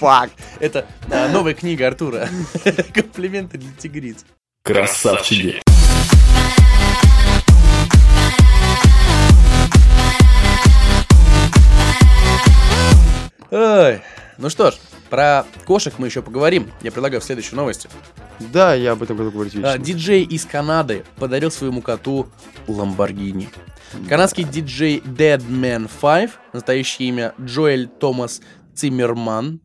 S2: Фак.
S1: Это э, новая книга Артура. Комплименты для тигриц.
S6: Красавчики.
S1: Ой. Ну что ж, про кошек мы еще поговорим. Я предлагаю в следующей новости.
S2: Да, я об этом буду говорить вечно.
S1: А, диджей из Канады подарил своему коту Ламборгини. Канадский диджей Deadman 5, настоящее имя Джоэль Томас Циммерман.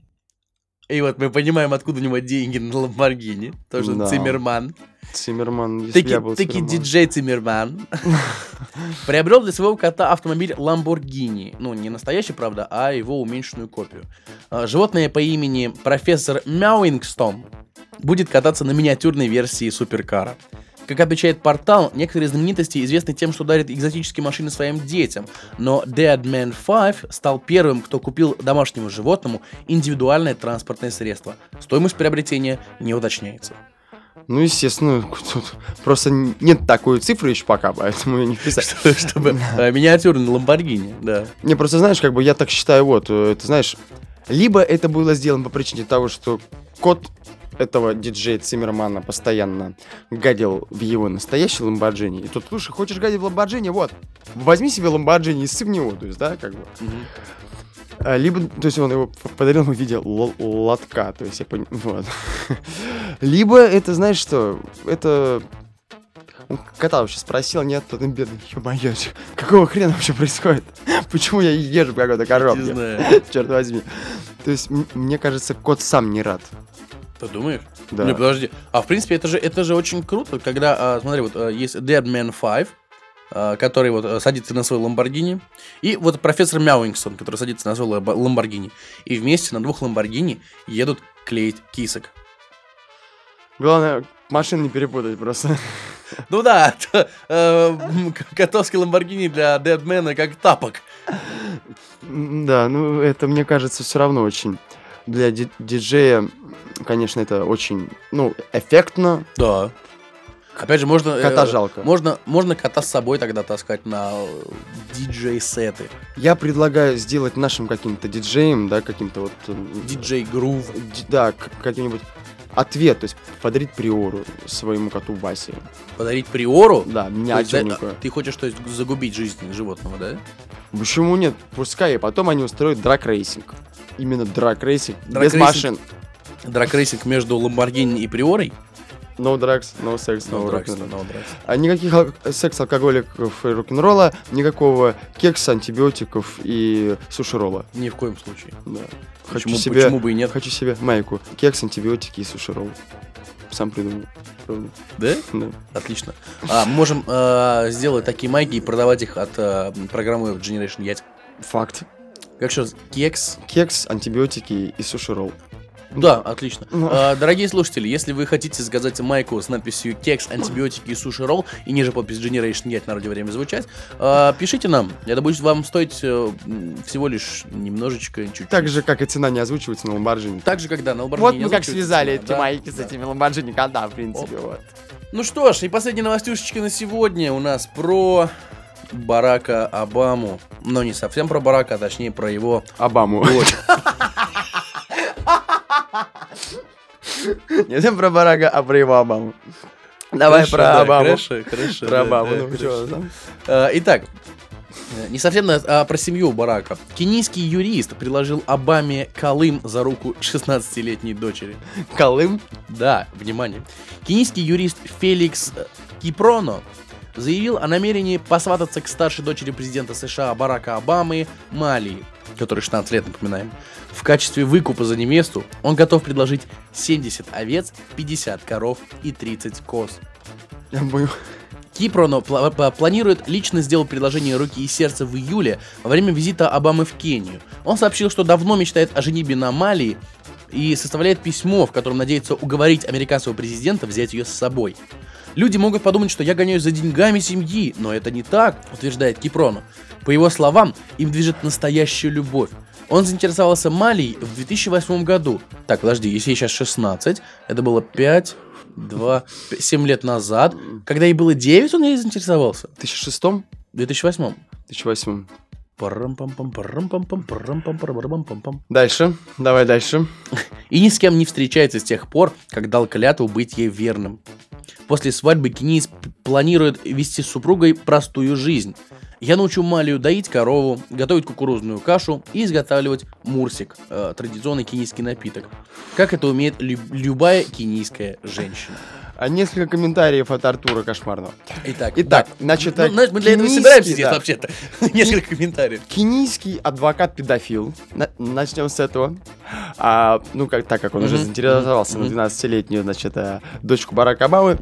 S1: И вот мы понимаем, откуда у него деньги на Ламборгини. Потому что он
S2: Да.
S1: Циммерман.
S2: Циммерман, если
S1: Таки,
S2: я был
S1: таки
S2: Циммерман.
S1: диджей Циммерман
S2: <laughs>
S1: приобрел для своего кота автомобиль Lamborghini. Ну, не настоящий, правда, а его уменьшенную копию. А, Животное по имени профессор Мяуингстон будет кататься на миниатюрной версии суперкара. Как отмечает портал, некоторые знаменитости известны тем, что дарят экзотические машины своим детям, но Deadman 5 стал первым, кто купил домашнему животному индивидуальное транспортное средство. Стоимость приобретения не уточняется.
S2: Ну, естественно, <laughs> тут просто нет такой цифры еще пока, поэтому я не писать.
S1: <laughs> чтобы э, миниатюрный Ламборгини, да.
S2: Не, просто знаешь, как бы я так считаю, вот, э, ты знаешь, либо это было сделано по причине того, что кот этого диджея Циммермана постоянно гадил в его настоящий Ламборджини. И тут, слушай, хочешь гадить в Ламборджини, вот, возьми себе Ламборджини и ссы в него, то есть, да, как бы. А, Либо, то есть он его п- подарил ему в виде л- лотка, то есть я пони- вот. <laughs> Либо это, знаешь что, это... Он кота вообще спросил, нет, тот он бедный, ё какого хрена вообще происходит? <laughs> Почему я езжу в какой-то
S1: Не
S2: коробке?
S1: знаю.
S2: <laughs> Черт возьми. То есть, м- мне кажется, кот сам не рад.
S1: Ты думаешь?
S2: Да.
S1: Не, подожди. А в принципе, это же, это же очень круто, когда, а, смотри, вот а, есть Deadman 5, а, который вот а, садится на свой Ламборгини, и вот профессор Мяуингсон, который садится на свой лабо- Ламборгини, и вместе на двух Ламборгини едут клеить кисок.
S2: Главное, машин не перепутать просто.
S1: Ну да, <laughs> это, э, м, к- котовский Ламборгини для Deadman как тапок.
S2: М, Да, ну это, мне кажется, все равно очень... Для ди- диджея, м, конечно, это очень, ну, эффектно.
S1: Да. Опять же, можно... э,
S2: Кота жалко.
S1: Можно, можно кота с собой тогда таскать на э, диджей-сеты.
S2: Я предлагаю сделать нашим каким-то диджеем, да, каким-то вот... м,
S1: Диджей-грув.
S2: ди- Да, к- каким-нибудь ответ, то есть подарить приору своему коту Васе.
S1: Подарить приору?
S2: Да,
S1: То есть, да,
S2: миниатюрненькую.
S1: Ты хочешь, то есть, загубить жизнь животного, да?
S2: Почему нет? Пускай, и потом они устроят драк-рейсинг. Именно драк-рейсинг, без
S1: Драг-рейсинг.
S2: машин.
S1: Дракрейсинг между Ламборгини и Приорой?
S2: No drugs, no sex, no,
S1: No drugs,
S2: rock and roll.
S1: no drugs.
S2: А никаких ал- секс-алкоголиков и рок-н-ролла, никакого кекса, антибиотиков и суши-ролла.
S1: Ни в коем случае.
S2: Да. Хочу
S1: Почему,
S2: себе,
S1: почему бы и нет?
S2: Хочу себе майку. Кекс, антибиотики и суши-ролл. Сам придумал. Правда.
S1: Да?
S2: Да.
S1: Отлично. А, мы можем э, сделать такие майки и продавать их от э, программы Generation Yet.
S2: Факт.
S1: Как сейчас? Кекс?
S2: Кекс, антибиотики и суши-ролл.
S1: Да, отлично.
S2: Ну.
S1: А, дорогие слушатели, если вы хотите заказать майку с надписью «Кекс, антибиотики и суши-ролл» и ниже подпись Generation Yet на радио время звучать, а, пишите нам. Это будет вам стоить э, м, всего лишь немножечко, чуть-чуть.
S2: Так же, как и цена не озвучивается на ломбаржине.
S1: Так же, когда на
S2: Вот
S1: Lamborghini
S2: мы как
S1: озвучивается,
S2: связали
S1: да,
S2: эти
S1: да,
S2: майки с
S1: да.
S2: этими ломбаржини кода, в принципе, вот.
S1: Ну что ж, и последняя новостюшечка на сегодня у нас про Барака Обаму. Но не совсем про Барака, а точнее про его
S2: Обаму.
S1: дочь.
S2: Не всем про Барака, а про его Обаму. Давай
S1: Хорошо,
S2: про
S1: да,
S2: Обаму.
S1: хорошо, хорошо,
S2: Про
S1: да,
S2: Обаму.
S1: да,
S2: Ну
S1: хорошо.
S2: чё, там?
S1: Э, Итак, э, не совсем на- а про семью Барака. Кенийский юрист предложил Обаме Колым за руку 16-летней дочери.
S2: Колым.
S1: Да, внимание. Кенийский юрист Феликс э, Кипроно заявил о намерении посвататься к старшей дочери президента США Барака Обамы Малии, которой 16 лет, напоминаем. В качестве выкупа за невесту он готов предложить 70 овец, 50 коров и 30 коз.
S2: Я понял.
S1: Кипроно пла- пла- планирует лично сделать предложение руки и сердца в июле во время визита Обамы в Кению. Он сообщил, что давно мечтает о женибе на Малии и составляет письмо, в котором надеется уговорить американского президента взять ее с собой. Люди могут подумать, что я гоняюсь за деньгами семьи, но это не так, утверждает Кипрону. По его словам, им движет настоящая любовь. Он заинтересовался Малией в 2008 году. Так, подожди, если ей сейчас 16, это было 5, 2, 7 лет назад. Когда ей было 9, он ей заинтересовался.
S2: В 2006
S1: В 2008.
S2: 2008
S1: Парам-пам-пам-парам-пам-парам-пам-пам-парам-пам-пам.
S2: Дальше. Давай дальше.
S1: И ни с кем не встречается с тех пор, как дал клятву быть ей верным. После свадьбы Кенис п- планирует вести с супругой простую жизнь. Я научу Малию доить корову, готовить кукурузную кашу и изготавливать мурсик, э, традиционный кенийский напиток, как это умеет лю- любая кенийская женщина.
S2: А несколько комментариев от Артура Кошмарного.
S1: Итак,
S2: Итак,
S1: да.
S2: значит,
S1: Ну, знаешь, мы для этого
S2: кенийский,
S1: собираемся здесь
S2: да.
S1: вообще-то. <laughs> Несколько комментариев.
S2: Кенийский адвокат-педофил. На- Начнем с этого. А, ну, как, так как он уже
S1: Мгм,
S2: заинтересовался
S1: мгм,
S2: на 12-летнюю, значит, э, дочку Барака Обамы.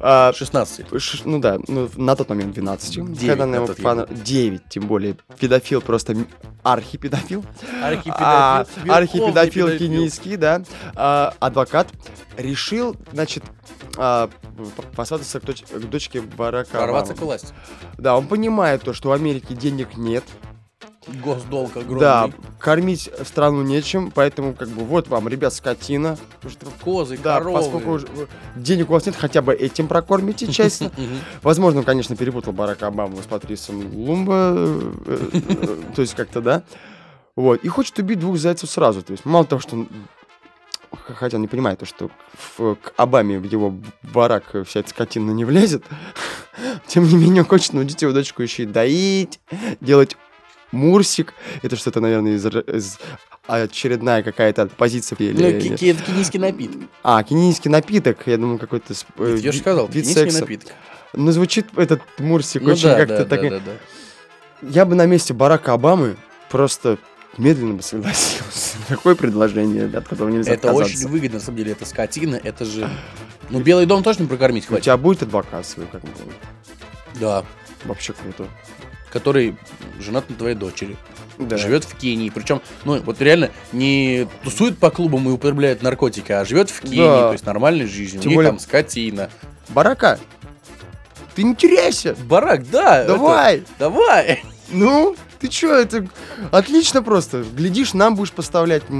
S2: А,
S1: 16.
S2: Ш- ну да, ну, на тот момент 12.
S1: Девять
S2: когда
S1: на
S2: на его
S1: тот
S2: фан- 9, тем более. Педофил просто м- архипедофил. А,
S1: Архипедофил.
S2: Архипедофил
S1: верховный педофил.
S2: кенийский, да. А, Адвокат решил, значит, а, п- посвататься к, доч- к дочке Барака
S1: Ворваться к
S2: Обамы.
S1: власти.
S2: Да, он понимает то, что в Америке денег нет.
S1: Госдолг огромный.
S2: Да, кормить страну нечем, поэтому как бы вот вам, ребят, скотина. Потому что,
S1: Козы,
S2: Да,
S1: коровы.
S2: поскольку уже денег у вас нет, хотя бы этим прокормите
S1: <laughs>
S2: честно.
S1: Мгм.
S2: Возможно, он, конечно, перепутал Барака Обаму с Патрисом Лумба, э, э, э, то есть как-то, да. Вот, и хочет убить двух зайцев сразу. То есть мало того, что он... х- Хотя он не понимает то, что в- к Обаме в его барак вся эта скотина не влезет. <laughs> Тем не менее, он хочет научить его дочку еще и доить, делать мурсик. Это что-то, наверное, из, р- из очередная какая-то позиция.
S1: Ну,
S2: или
S1: ки-
S2: нет.
S1: ки- это кенийский напиток.
S2: А, кенийский напиток, я думаю, какой-то... сп- э,
S1: Я же сказал,
S2: вид
S1: кенийский
S2: секса.
S1: напиток.
S2: Ну, звучит этот мурсик
S1: Ну
S2: очень
S1: да, да,
S2: как-то так...
S1: да, да, да.
S2: Я бы на месте Барака Обамы просто медленно бы согласился. <laughs> Такое предложение, от которого нельзя
S1: Это очень
S2: отказаться.
S1: выгодно, на самом деле, это скотина, это же... Ну, Белый дом точно прокормить
S2: У
S1: хватит.
S2: тебя будет адвокат свой, как бы,
S1: Да.
S2: вообще круто.
S1: Который женат на твоей дочери.
S2: Да.
S1: Живет в Кении. Причем, ну, вот реально, не тусует по клубам и употребляет наркотики, а живет в Кении,
S2: Да.
S1: то есть нормальной жизнью. У
S2: Тем
S1: них
S2: более-
S1: там скотина.
S2: Барака, ты не теряйся!
S1: Барак, да! это-
S2: Давай!
S1: Давай!
S2: Ну, ты чё, это отлично просто. Глядишь, нам будешь поставлять м-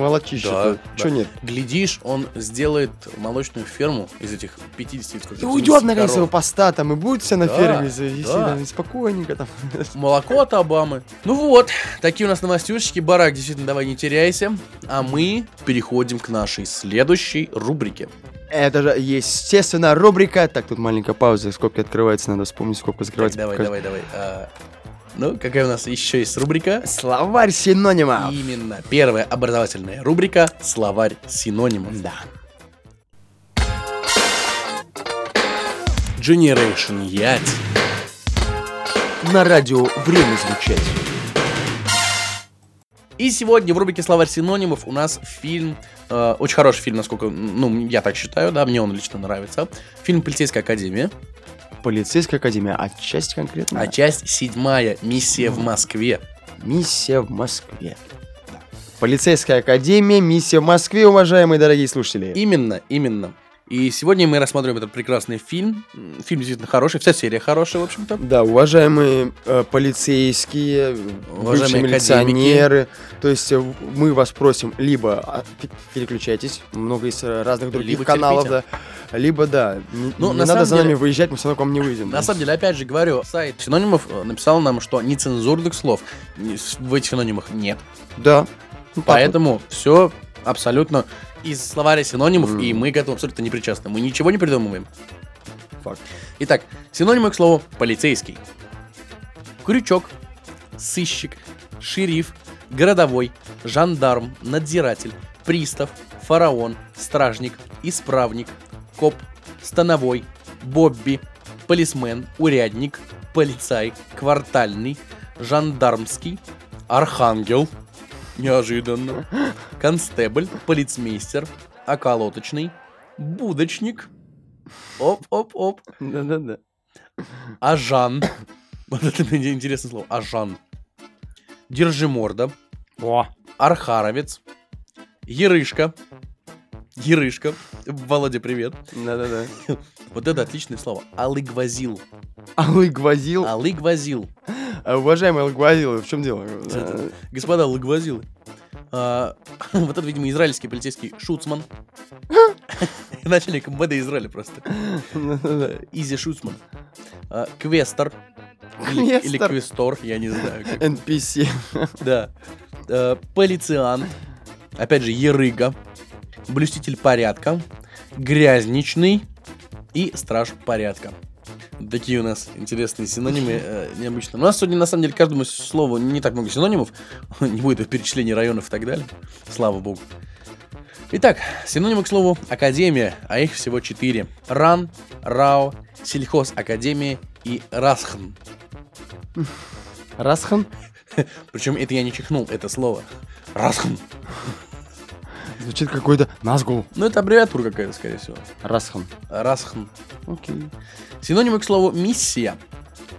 S2: молочище.
S1: Да,
S2: Чё
S1: да.
S2: нет?
S1: Глядишь, он сделает молочную ферму из этих 50 сколько,
S2: И
S1: 70
S2: уйдет наконец его
S1: коров.
S2: поста там и будет все на
S1: Да,
S2: ферме
S1: да.
S2: завести, да, спокойненько там. <laughs>
S1: Молоко от Обамы. Ну вот, такие у нас новостюшечки. Барак, действительно, давай не теряйся. А мы переходим к нашей следующей рубрике.
S2: Это же, естественно, рубрика. Так, тут маленькая пауза, скобки открывается, надо вспомнить, сколько
S1: Так,
S2: закрывается.
S1: давай,
S2: пока-
S1: давай, давай. А, ну, какая у нас еще есть рубрика?
S2: Словарь синонимов.
S1: Именно. Первая образовательная рубрика «Словарь синонимов».
S2: Да.
S1: Generation Ять.
S2: На радио время звучать.
S1: И сегодня в рубрике «Словарь синонимов» у нас фильм, э, очень хороший фильм, насколько, ну, я так считаю, да, мне он лично нравится. Фильм «Полицейская академия»,
S2: Полицейская академия, а часть конкретно?
S1: а часть седьмая «Миссия в Москве».
S2: Миссия в Москве. Да. Полицейская академия, миссия в Москве, уважаемые дорогие слушатели.
S1: Именно, именно. И сегодня мы рассмотрим этот прекрасный фильм. М, Фильм действительно хороший, вся серия хорошая, в общем-то.
S2: Да, уважаемые э, полицейские, бывшие
S1: Уважаемые
S2: милиционеры, то есть э, в- мы вас просим либо а, пе- переключайтесь, много есть э, разных других
S1: Либо
S2: каналов,
S1: терпите.
S2: да, либо да, не,
S1: Ну,
S2: не
S1: на
S2: надо
S1: самом
S2: за нами
S1: деле-
S2: выезжать, мы все равно к вам не выйдем.
S1: На самом деле, опять же говорю, сайт синонимов э, написал нам, что нецензурных слов ни- с- в этих синонимах нет.
S2: да. Ну, так вот.
S1: Поэтому все абсолютно из словаря синонимов,
S2: Мгм.
S1: и мы к этому абсолютно не причастны. Мы ничего не придумываем.
S2: Факт.
S1: Итак, синонимы к слову полицейский. Крючок, сыщик, шериф, городовой, жандарм, надзиратель, пристав, фараон, стражник, исправник, коп, становой, бобби, полисмен, урядник, полицай, квартальный, жандармский, архангел, неожиданно, констебль, полицмейстер, околоточный, будочник, оп-оп-оп,
S2: <laughs> Да-да-да.
S1: Ажан. <coughs> Вот это мне интересное слово. Ажан. Держиморда. О. Архаровец. Ерышка. Ерышка. Володя, привет. <laughs>
S2: Да-да-да.
S1: Вот это отличное слово. Алыгвазил. А
S2: Алыгвазил.
S1: Алыгвазил.
S2: А, Уважаемый Алыгвазил, в чем дело? Э,
S1: Господа алыгвазилы. А, <laughs> вот это, видимо, израильский полицейский Шуцман. <laughs> Начальник МВД Израиля просто.
S2: да-да-да.
S1: Изи Шуцман. А, квестор. Или, или
S2: Квестор.
S1: квестор, я не знаю.
S2: Э,
S1: как.
S2: NPC.
S1: Да. Э, Полициан. Опять же, Ерыга. Блюститель порядка. Грязничный. И страж порядка. Такие у нас интересные синонимы, э, необычные. У нас сегодня, на самом деле, каждому слову не так много синонимов. <laughs> Не будет перечисления районов и так далее. Слава богу. Итак, синонимы, к слову, академия, а их всего четыре. РАН, РАО, сельхоз академия и РАСХН.
S2: Расхан?
S1: Причем это я не чихнул, это слово. РАСХН.
S2: Звучит какой-то Назгул.
S1: Ну, это аббревиатура какая-то, скорее всего.
S2: Расхан.
S1: Расхн.
S2: Окей.
S1: Синонимы к слову «миссия».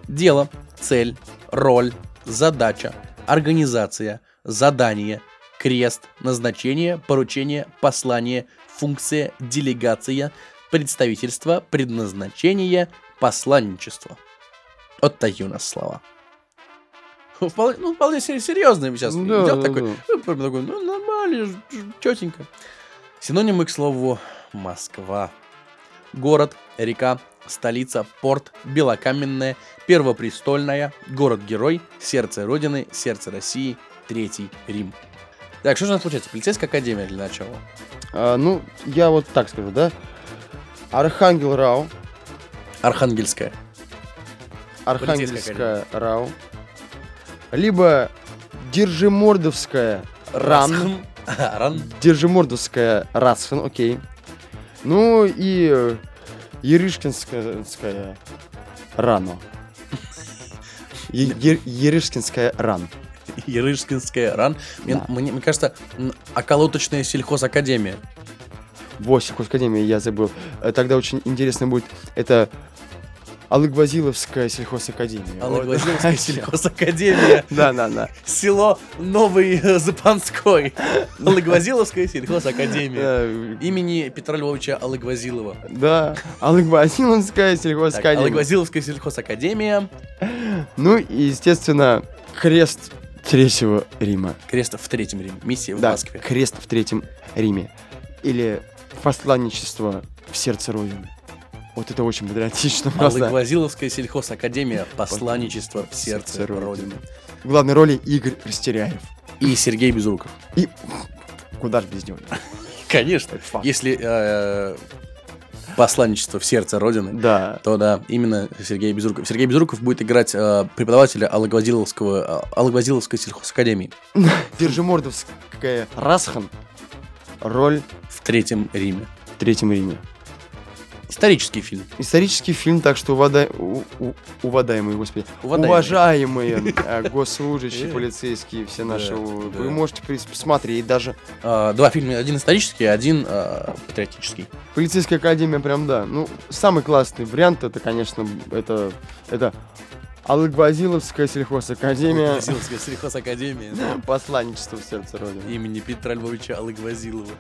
S1: Дело, цель, роль, задача, организация, задание, крест, назначение, поручение, послание, функция, делегация, представительство, предназначение, посланничество. Вот такие у нас слова. Ну, Вполне, ну, вполне се- серьезно сейчас
S2: Ну, да,
S1: идет
S2: да,
S1: такой,
S2: да.
S1: ну, прям такой, ну, нормально, ж- ж- четенько. Синонимы, к слову, Москва. Город, река, столица, порт, Белокаменная, Первопрестольная, город-герой, сердце Родины, сердце России, Третий Рим. Так, а что же у нас получается? Полицейская академия для начала.
S2: А, ну, я вот так скажу, да? Архангел Рау,
S1: Архангельская.
S2: Архангельская Рау, либо Держимордовская Ран,
S1: Расхан. А, <laughs> Ран.
S2: Держимордовская Расхан, окей. Ну и э, Ерышкинская Рано. Е- Ер- Ерышкинская Ран.
S1: Ярышкинская. Ран. Мне,
S2: Да.
S1: мне- мне кажется, м, околоточная сельхозакадемия.
S2: Восемь, академии я забыл. Э, Тогда очень интересно будет. Это Алыгвазиловская сельхозакадемия.
S1: <laughs>
S2: Вот.
S1: Алла-Гвоздевская сельхозакадемия.
S2: <laughs> Да, да, да.
S1: Село Новый э, <laughs> Запанской. Алла-Гвоздевская сельхозакадемия.
S2: Э,
S1: Имени Петра Львовича Алла-Гвоздилова.
S2: Да, Алыгвазиловская
S1: Так,
S2: сельхозакадемия.
S1: Алла-Гвоздиловская сельхозакадемия.
S2: Ну и, естественно, крест Третьего Рима.
S1: Крест в Третьем Риме. Миссия в
S2: да,
S1: Москве.
S2: крест в Третьем Риме. Или посланничество в сердце Родины. Вот это очень патриотично <laughs> просто.
S1: Алла-Гвоздиловская сельхозакадемия. Посланничество в сердце
S2: Сердце Родины.
S1: Родины.
S2: В главной роли Игорь Растеряев.
S1: И Сергей Безруков.
S2: И куда же без него.
S1: Конечно.
S2: Факт.
S1: Если э, посланничество в сердце Родины,
S2: Да.
S1: то да, именно Сергей Безруков. Сергей Безруков будет играть э, преподавателя Алла-Гвоздиловского- э, Алла-Гвоздиловской сельхозакадемии
S2: Держимордовская Расхан. Роль
S1: в Третьем Риме.
S2: в Третьем Риме.
S1: Исторический фильм.
S2: Исторический фильм, так что увада- у- у- уважаемые, господи,
S1: Уважаемые. <laughs>
S2: уважаемые э, госслужащие,
S1: Э.
S2: полицейские, все наши,
S1: Да, да.
S2: вы можете прис- посмотреть даже
S1: А, два фильма. Один исторический, один а, патриотический.
S2: полицейская академия, прям да. Ну самый классный вариант это, конечно, это это Алгвазиловская сельхозакадемия,
S1: Силовская сельхозакадемия.
S2: посланничество в сердце родины.
S1: Имени Петра Львовича Алыгвазилова.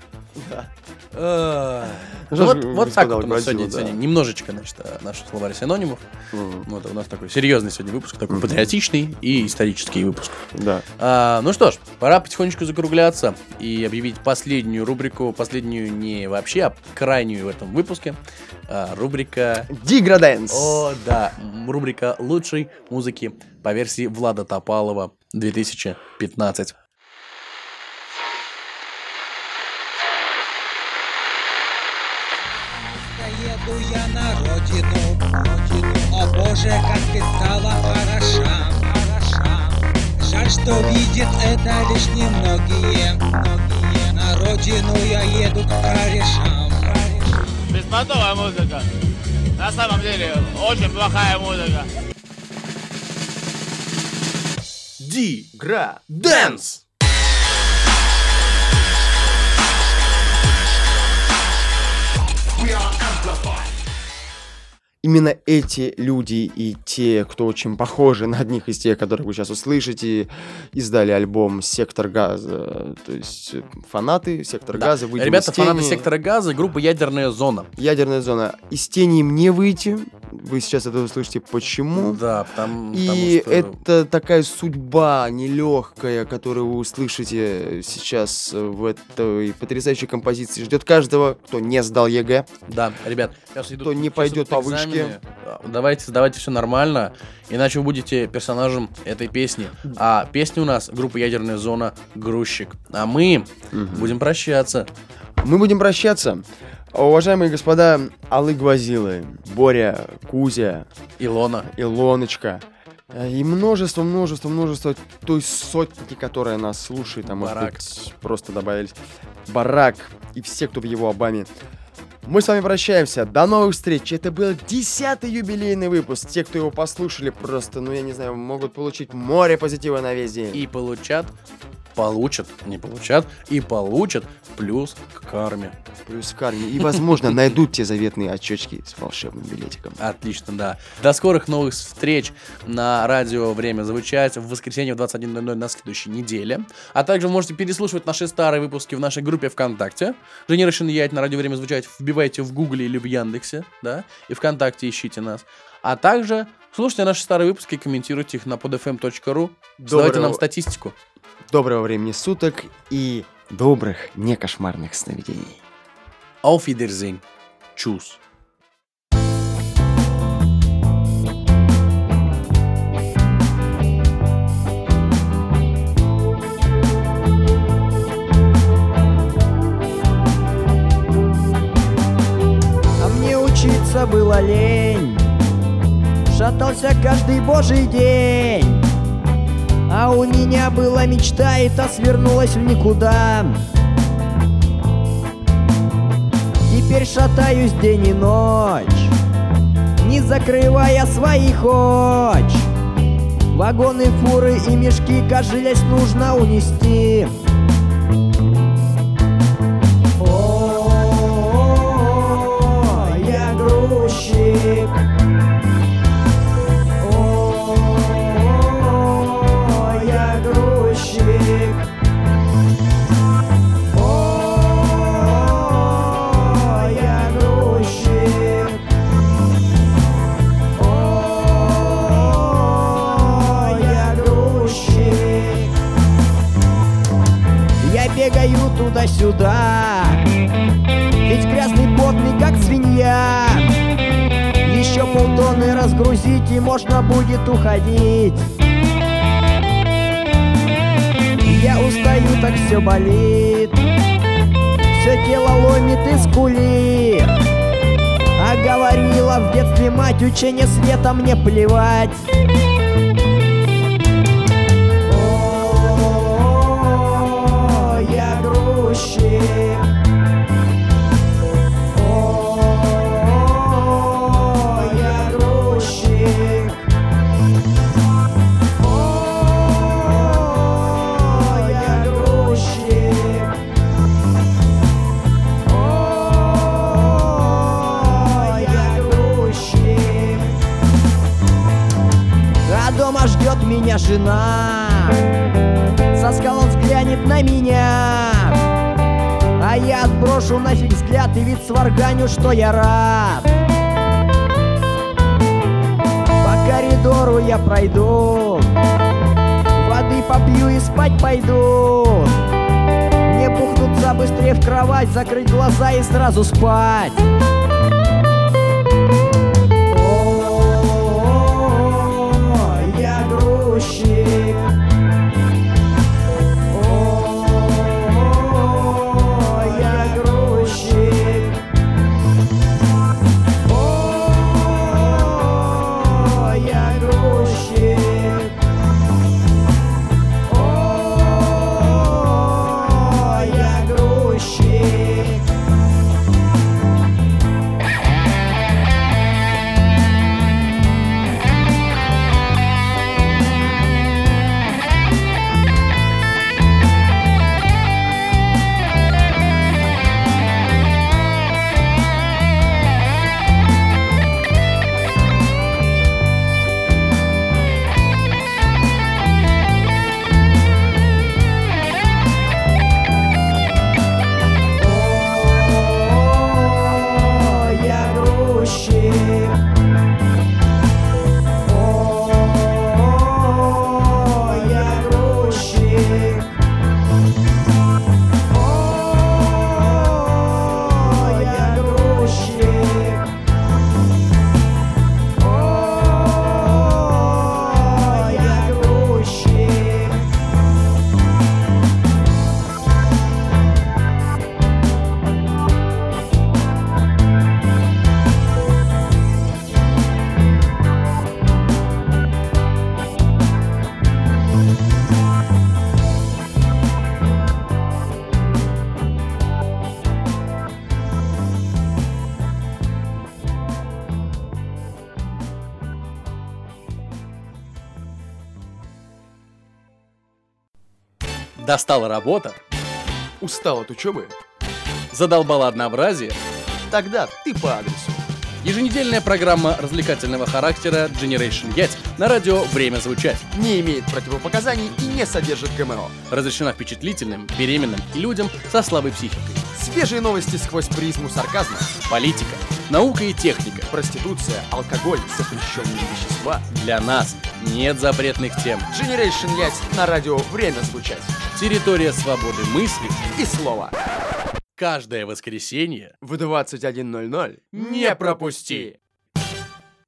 S1: А,
S2: Ну, что ж,
S1: Вот, вот так
S2: сказал
S1: вот у нас
S2: Гвоздило,
S1: сегодня, сегодня
S2: да.
S1: немножечко, значит, а, наш словарь синонимов.
S2: Мгм.
S1: Вот у нас такой серьезный сегодня выпуск, такой патриотичный и исторический выпуск.
S2: Да.
S1: А, ну что ж, пора потихонечку закругляться и объявить последнюю рубрику, последнюю не вообще, а крайнюю в этом выпуске. А, рубрика...
S2: Диграденс.
S1: О, да, м, рубрика лучшей музыки по версии Влада Топалова 2015.
S6: Еду я на родину, родину. О боже, как ты стала хороша, хороша. Жаль, что видит это лишь немногие, многие. На родину я еду к корешам, корешам.
S7: Беспонтовая музыка. На самом деле, очень плохая музыка.
S5: Дэнс!
S2: именно эти люди и те, кто очень похожи на одних из тех, которых вы сейчас услышите, издали альбом «Сектор газа». То есть э, фанаты «Сектор
S1: Да.
S2: газа» выйдем
S1: Ребята,
S2: из тени.
S1: фанаты сектора газа, группа Ядерная зона.
S2: Ядерная зона. Из тени им не выйти. Вы сейчас это услышите почему.
S1: Да, потому,
S2: Ну, И
S1: потому что-
S2: это такая судьба нелегкая, которую вы услышите сейчас э, в этой потрясающей композиции. Ждет каждого, кто не сдал ЕГЭ.
S1: Да, ребят, сейчас идут-
S2: Кто не
S1: сейчас
S2: пойдет
S1: идут
S2: по вышке.
S1: экзамены. А, Давайте сдавайте все нормально, иначе вы будете персонажем этой песни. А песня у нас группа Ядерная зона Грузчик. А мы будем прощаться.
S2: Мы будем прощаться. Уважаемые господа Аллы Гвозилы, Боря, Кузя,
S1: Илона.
S2: Илоночка э, и множество, множество, множество той сотни, которая нас слушает, а может
S1: Барак.
S2: быть, просто добавились. Барак и все, кто в его обаме. Мы с вами прощаемся. До новых встреч. Это был десятый юбилейный выпуск. Те, кто его послушали, просто, ну я не знаю, могут получить море позитива на весь день.
S1: И получат, получат, не получат, и получат плюс к карме.
S2: плюс карми. И, возможно, найдут те заветные очечки с волшебным билетиком.
S1: Отлично, да. До скорых новых встреч на радио «Время звучать» в воскресенье в 21.00 на следующей неделе. А также вы можете переслушивать наши старые выпуски в нашей группе ВКонтакте. Женя Рашин и я, это на радио «Время звучать». Вбивайте в Гугле или в Яндексе, да, и ВКонтакте ищите нас. А также слушайте наши старые выпуски, комментируйте их на podfm.ru. Давайте
S2: Доброго-
S1: нам статистику.
S2: Доброго времени суток и добрых, не кошмарных сновидений.
S1: Auf Wiedersehen. Чус.
S8: А мне учиться было лень Шатался каждый божий день А у меня была мечта И та свернулась в никуда Теперь шатаюсь день и ночь Не закрывая своих оч Вагоны, фуры и мешки Кожелясь нужно унести о, я грузчик. О, я грузчик. О, я грузчик. О, я грузчик. Я бегаю туда-сюда Ведь грязный, потный, как свинья Еще полтонны разгрузить и можно будет уходить Я устаю, так все болит Все тело ломит и скулит А говорила в детстве мать, учение света мне плевать О, я грузчик. О, меня жена Со скал он взглянет на меня А я отброшу нафиг взгляд и вид сварганю, что я рад По коридору я пройду Воды попью и спать пойду Мне бухнуться быстрее в кровать Закрыть глаза и сразу спать О, я грузчик. О, я грузчик. О, я грузчик. О, я грузчик. О, я грузчик. О, я грузчик. О, я грузчик. О, я грузчик.
S1: Достала работа,
S9: Устал от учебы?
S1: задолбала однообразие.
S9: Тогда ты по адресу.
S1: Еженедельная программа развлекательного характера Generation Yet на радио «Время звучать».
S9: Не имеет противопоказаний и не содержит ГМО.
S1: Разрешена впечатлительным, беременным и людям со слабой психикой.
S9: Свежие новости сквозь призму сарказма.
S1: Политика, наука и техника.
S9: Проституция, алкоголь, запрещенные вещества.
S1: Для нас нет запретных тем.
S9: Generation Ясь на радио «Время звучать».
S1: Территория свободы мысли
S9: И слово.
S1: каждое воскресенье
S9: В 21.00
S1: не пропусти.